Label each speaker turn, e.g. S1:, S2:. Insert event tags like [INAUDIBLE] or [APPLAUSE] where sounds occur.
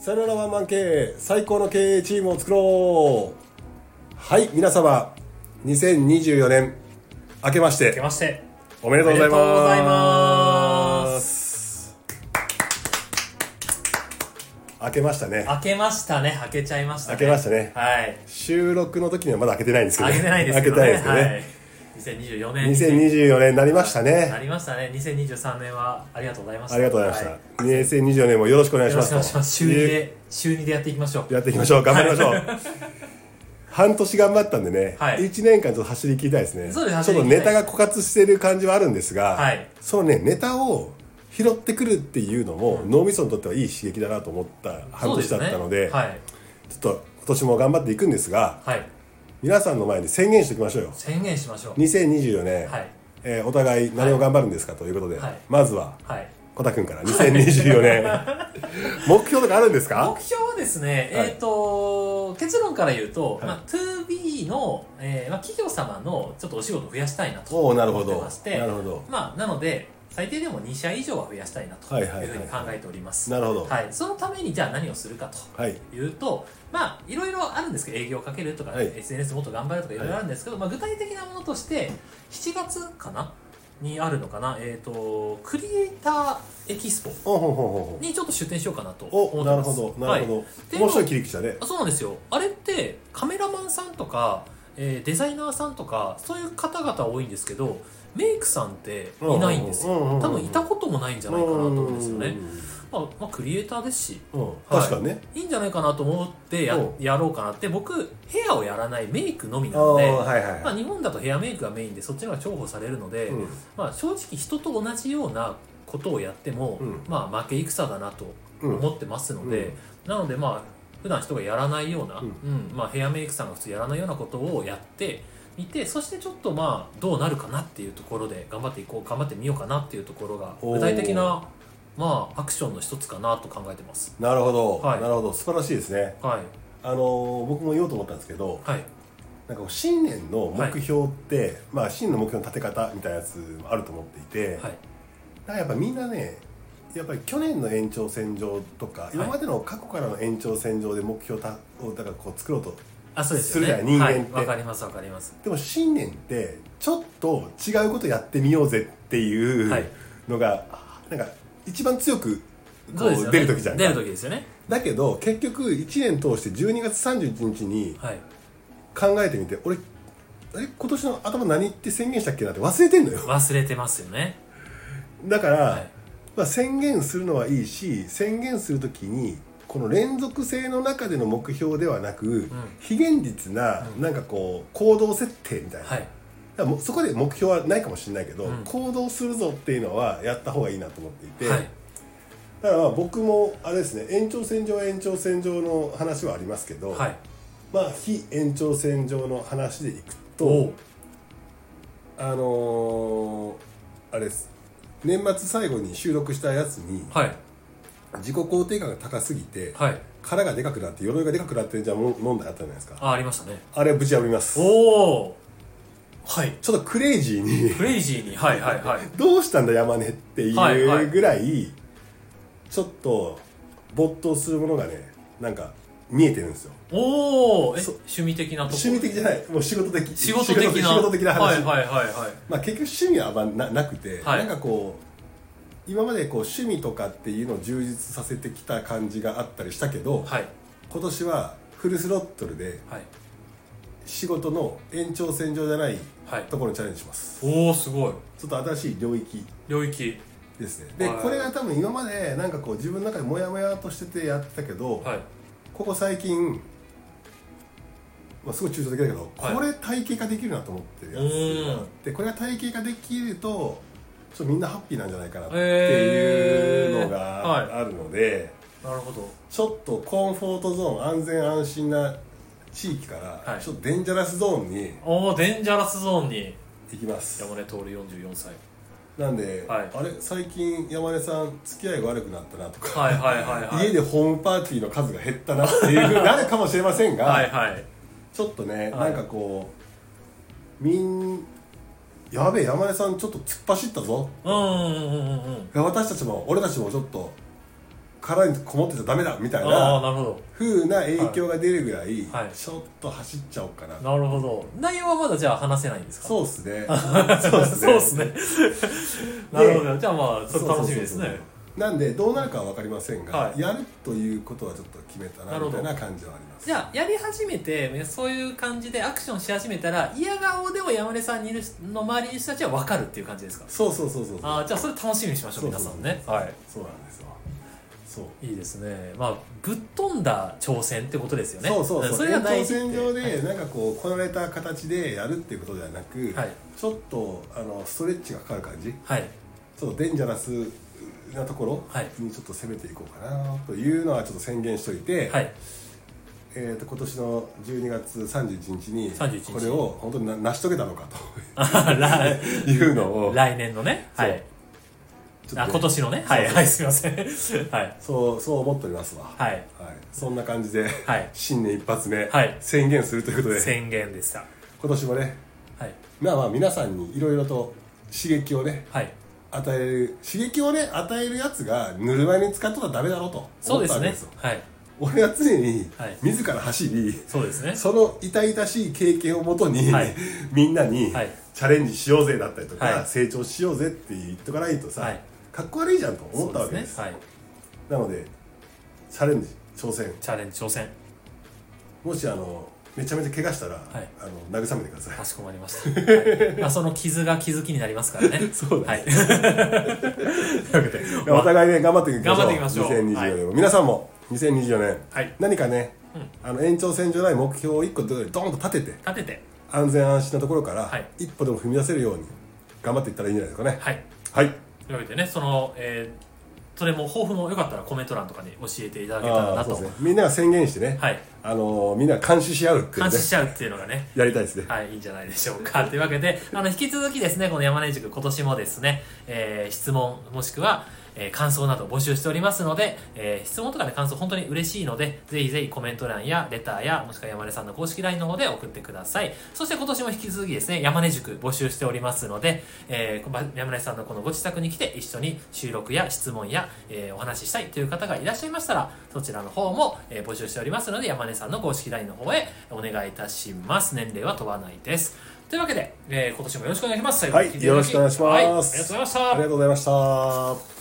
S1: さよならワンマン経営最高の経営チームを作ろうはい皆様2024年明けまし
S2: け
S1: て
S2: まして
S1: おめでとうございます
S2: おめでとうございます
S1: 明けましたね
S2: 開けましたね開けちゃいましたね
S1: 開けましたね
S2: はい
S1: 収録の時にはまだ開けてないんですけど
S2: 開けてないです
S1: 開け
S2: け
S1: て
S2: ど
S1: ない
S2: ね
S1: ですけどね、
S2: はい、2024年
S1: 2024年になりました
S2: な
S1: ね
S2: りましたね2023年はありがとうございました
S1: ありがとうございました、
S2: は
S1: 2024年もよろしくお願いし
S2: よろ
S1: ま
S2: し
S1: す
S2: くお願いします週2で週2でやっていきましょう
S1: やっていきましょう頑張りましょう半年頑張ったんでね、
S2: はい
S1: 1年間ちょっと走り切りたいですね
S2: そうです
S1: ちょっと
S2: 走り切
S1: ネ
S2: りた
S1: タ
S2: い
S1: が枯渇してる感じはあるんですが、
S2: はい
S1: そのねネタを拾ってくるっていうのも、脳みそにとってはいい刺激だなと思った半
S2: そう
S1: 年だ
S2: ね
S1: ったので
S2: はい、
S1: ちょっと今年も頑張っていくんですが
S2: はい、
S1: 皆さんの前に宣言しておきましょうよ
S2: 宣言しましょう
S1: 2024年、
S2: はい
S1: えーお互い何を頑張るんですかということで、
S2: はい
S1: まずは
S2: はい
S1: コタくんから2024年
S2: [LAUGHS]
S1: 目標とかあるんですか
S2: 目標はですね、
S1: はい
S2: えっ、と結論から言うと、
S1: はい
S2: まあ、2B の、えーまあ、企業様のちょっとお仕事を増やしたいなと
S1: おおなる
S2: 思
S1: ほ
S2: って
S1: ど
S2: まして
S1: なるほど
S2: まあ、なので最低でも2社以上は増やしたいなと
S1: はいいうはいはい
S2: ふうに考えております、
S1: なるほど
S2: はい、そのためにじゃあ何をするかと
S1: はい
S2: いうとまあいろいろあるんですけど営業かけるとか、
S1: はい
S2: SNS もっと頑張るとかいろいろあるんですけど、まあ、具体的なものとして7月かなにあるのかなえっ、とクリエイターエキスポ
S1: おほんほんほんほん
S2: にちょっと出展しようかなと思っ
S1: お
S2: てます
S1: なるほどなるほど、
S2: はいで
S1: 面白い切り口だね
S2: あそうなんですよあれってカメラマンさんとか、えーデザイナーさんとかそういう方々多いんですけどメイクさんっていないんです
S1: うんうんうんうん
S2: よ多分いたこともないんじゃないかなと思うんですよね、まあまあ、クリエイターですし
S1: うん、
S2: はい
S1: 確かにね、
S2: いいんじゃないかなと思ってや
S1: うん
S2: やろうかなって僕ヘアをやらないメイクのみな
S1: ああ
S2: ので、
S1: はいはいはい、
S2: まあ、日本だとヘアメイクがメインでそっちの方が重宝されるので、
S1: うん
S2: まあ、正直人と同じようなことをやっても、
S1: うん
S2: まあ、負け戦だなと
S1: うん
S2: 思ってますので、なのでまあ普段人がやらないような、
S1: うん
S2: うんまあ、ヘアメイクさんが普通やらないようなことをやってみてそしてちょっとまあどうなるかなっていうところで頑張っていこう頑張ってみようかなっていうところが
S1: おー
S2: 具体的な、まあ、アクションの一つかなと考えてます。
S1: なるほど、
S2: はい
S1: なるほど素晴らしいですね
S2: はい、
S1: あのー僕も言おうと思ったんですけど
S2: はい、
S1: なんかこう新年の目標って、まあ新年の目標の立て方みたいなやつもあると思っていて、
S2: はい
S1: だからやっぱみんなねやっぱり去年の延長線上とか、
S2: い
S1: 今までの過去からの延長線上で目標たをだからこう作ろうと
S2: あそうですよ
S1: す
S2: ね
S1: るじゃん人間って
S2: はい、わかりますわかります
S1: でも新年ってちょっと違うことやってみようぜっていう
S2: はい
S1: のが、なんか一番強くこ
S2: そうですよ
S1: う
S2: ね
S1: 出る時じゃん
S2: 出る時ですよね
S1: だけど結局1年通して12月31日に
S2: はい
S1: 考えてみて俺あれ今年の頭何って宣言したっけなって忘れてんのよ
S2: 忘れてますよね
S1: だから、
S2: はい
S1: まあ、宣言するのはいいし宣言する時にこの連続性の中での目標ではなく、非現実な、なんかこう行動設定みたいな、
S2: はい
S1: だからもうそこで目標はないかもしれないけど、
S2: うん
S1: 行動するぞっていうのはやった方がいいなと思っていて、
S2: はい
S1: だからまあ僕もあれですね延長線上は延長線上の話はありますけど、
S2: はい
S1: まあ非延長線上の話でいく
S2: お
S1: と
S2: う
S1: あのーあれです年末最後に収録したやつに
S2: はい
S1: 自己肯定感が高すぎて、
S2: はい
S1: 殻がでかくなって鎧がでかくなってじゃあも問題あったじゃないですか
S2: あありましたね
S1: あれはぶち破ります
S2: おおはい
S1: ちょっとクレイジーに
S2: クレイジーにはいはいはい
S1: どうしたんだ山根ってい
S2: はいはいう
S1: ぐらいちょっと没頭するものがねなんか見えてるんですよ
S2: おおえ
S1: そ
S2: 趣味的なとこ
S1: 趣味的じゃないもう仕事的
S2: 仕事的な
S1: 仕事的な話、
S2: はいはいはいはい
S1: まあ、結局趣味はあんまななくて、
S2: はい
S1: なんかこう今までこう趣味とかっていうのを充実させてきた感じがあったりしたけど、
S2: はい
S1: 今年はフルスロットルで
S2: はい
S1: 仕事の延長線上じゃない
S2: はい
S1: ところにチャレンジします
S2: おおすごい
S1: ちょっと新しい領域
S2: 領域
S1: ですねで
S2: はい
S1: これが多分今までなんかこう自分の中でモヤモヤとしててやってたけど、
S2: はい
S1: ここ最近、まあ、すごい抽象的だけど、
S2: はい
S1: これ体系化できるなと思ってるやつがあってこれが体系化できるとちょっとみんなハッピーなんじゃないかなっていうの
S2: えーはい
S1: があるので、
S2: なるほど
S1: ちょっとコンフォートゾーン安全安心な地域か
S2: は
S1: ら
S2: い
S1: ちょっとデンジャラスゾーンに
S2: おおデンジャラスゾーンに
S1: 行きます、
S2: 山根徹44歳
S1: なんで、
S2: はい
S1: あれ最近山根さん付き合いが悪くなったなとか
S2: はいはいはいはい
S1: 家でホームパーティーの数が減ったなっていうふ
S2: [LAUGHS]
S1: うになるかもしれませんが、
S2: はいはい
S1: ちょっとね、
S2: はい
S1: なんかこうみんやべえ山根さんちょっと突っ走ったぞ
S2: うんうんうんうんうん
S1: 私たちも俺たちもちょっと殻にこもってちゃダメだみたい
S2: ああ
S1: な
S2: なるほ
S1: 風な影響が出るぐらい、
S2: はい
S1: ちょっと走っちゃおうかな、
S2: どなるほど内容はまだじゃあ話せないんですか
S1: そうっす
S2: [LAUGHS]
S1: ね
S2: そう
S1: そう
S2: で
S1: っ
S2: す
S1: す
S2: ね
S1: ね
S2: [LAUGHS] なるほどじゃあまあ
S1: そ
S2: ちょ
S1: うそうそうそ
S2: っと
S1: う
S2: 楽しみですね
S1: なんでどうなるかは分かりませんが、
S2: はい
S1: やるということはちょっと決めた
S2: な
S1: な
S2: る
S1: み
S2: ほど
S1: たいな感じはあります
S2: じゃあやり始めてそういう感じでアクションし始めたら嫌顔でも山根さんにいる人の周りに人たちは分かるっていう感じですか
S1: そうそうそうそうそう
S2: ああじゃあそれ楽しみにしましょう皆さんねは
S1: そうなんですよそう
S2: いいいですねまあぶっ飛んだ挑戦ってことですよね
S1: そうそうそうん
S2: それが大事って
S1: 延長線上でなんかこうこなれた形でやるっていうことではなく、
S2: はい
S1: ちょっとあのストレッチがかかる感じ
S2: はい
S1: ちょっとデンジャラスなところ
S2: はい
S1: にちょっと攻めていこうかなというのはちょっと宣言しといて、
S2: はい
S1: えー、と今年の12月31日に
S2: 31日
S1: これを本当にな成し遂げたのか
S2: あはは
S1: と [LAUGHS] いうの [LAUGHS] を
S2: 来年のね
S1: そう
S2: はい
S1: ちょっとね
S2: あ今年のねはいはいすいません
S1: [LAUGHS]
S2: はい
S1: そうそう思っておりますわ、
S2: はいい
S1: そんな感じで、
S2: はい
S1: 新年一発目、
S2: はい
S1: 宣言するということで
S2: 宣言でした
S1: 今年もね
S2: はい
S1: まあまあ皆さんにいろいろと刺激をね
S2: はい
S1: 与える刺激をね与えるやつがぬるま湯に使ったらダメだろうと
S2: そう
S1: 思
S2: で
S1: ったわ
S2: す
S1: け
S2: ね
S1: ですよ
S2: はい
S1: 俺は常に
S2: はい
S1: 自ら走り、
S2: そうですね
S1: その痛々しい経験をもとに、
S2: はい
S1: [LAUGHS] みんなに、
S2: はい
S1: チャレンジしようぜだったりとか、
S2: はい
S1: 成長しようぜって言っとかないとさ、
S2: はい
S1: かっこ悪いじゃんと
S2: そ
S1: 思
S2: う
S1: ったわけです
S2: ねはい
S1: なのでチャレンジ挑戦
S2: チャレンジ挑戦
S1: もしあのめちゃめちゃ怪我したら、
S2: い
S1: あの慰めてください
S2: かしこまりまし
S1: [LAUGHS]
S2: た、はいまあ、その傷が気づきになりますからね
S1: そうだ
S2: はいというわけで
S1: いやお互いね頑張っていきましょう
S2: 頑張っていきましょう
S1: 2024年も、皆さんも2024年、
S2: はい
S1: 何かね、あの延長線上ない目標を1個ドーンと立てて
S2: 立てて
S1: 安全安心なところから、
S2: はい
S1: 一歩でも踏み出せるように頑張っていったらいいんじゃないですかね
S2: はい
S1: はい
S2: というわけでねその、えーそれも抱負もよかったらコメント欄とかに教えていただけたら
S1: あー
S2: な
S1: そう
S2: と、
S1: ですねみんなが宣言してね、
S2: はい
S1: あのーみんなが監視し合うっていう
S2: 監
S1: ね
S2: 視しちゃうっていうのがね
S1: やりたいですね
S2: はい、いいんじゃないでしょう
S1: [LAUGHS]
S2: か。というわけで、あの、引き続きですね、この山根塾、今年もですね、えー質問、もしくは、えー感想など募集しておりますので、えー質問とかね、感想本当に嬉しいので、ぜひぜひコメント欄や、レターや、もしくは山根さんの公式 LINE の方で送ってください。そして今年も引き続きですね、山根塾募集しておりますので、えーこ山根さんのこのご自宅に来て、一緒に収録や質問や、えーお話ししたいという方がいらっしゃいましたら、そちらの方も、えー募集しておりますので、山根さんの公式 LINE の方へお願いいたします。年齢は問わないです。というわけで、えー今年もよろしくお願いします。最後まで聞
S1: は
S2: てただき
S1: いよろしくお願いします
S2: はいありがとうございました
S1: あり。がとうございました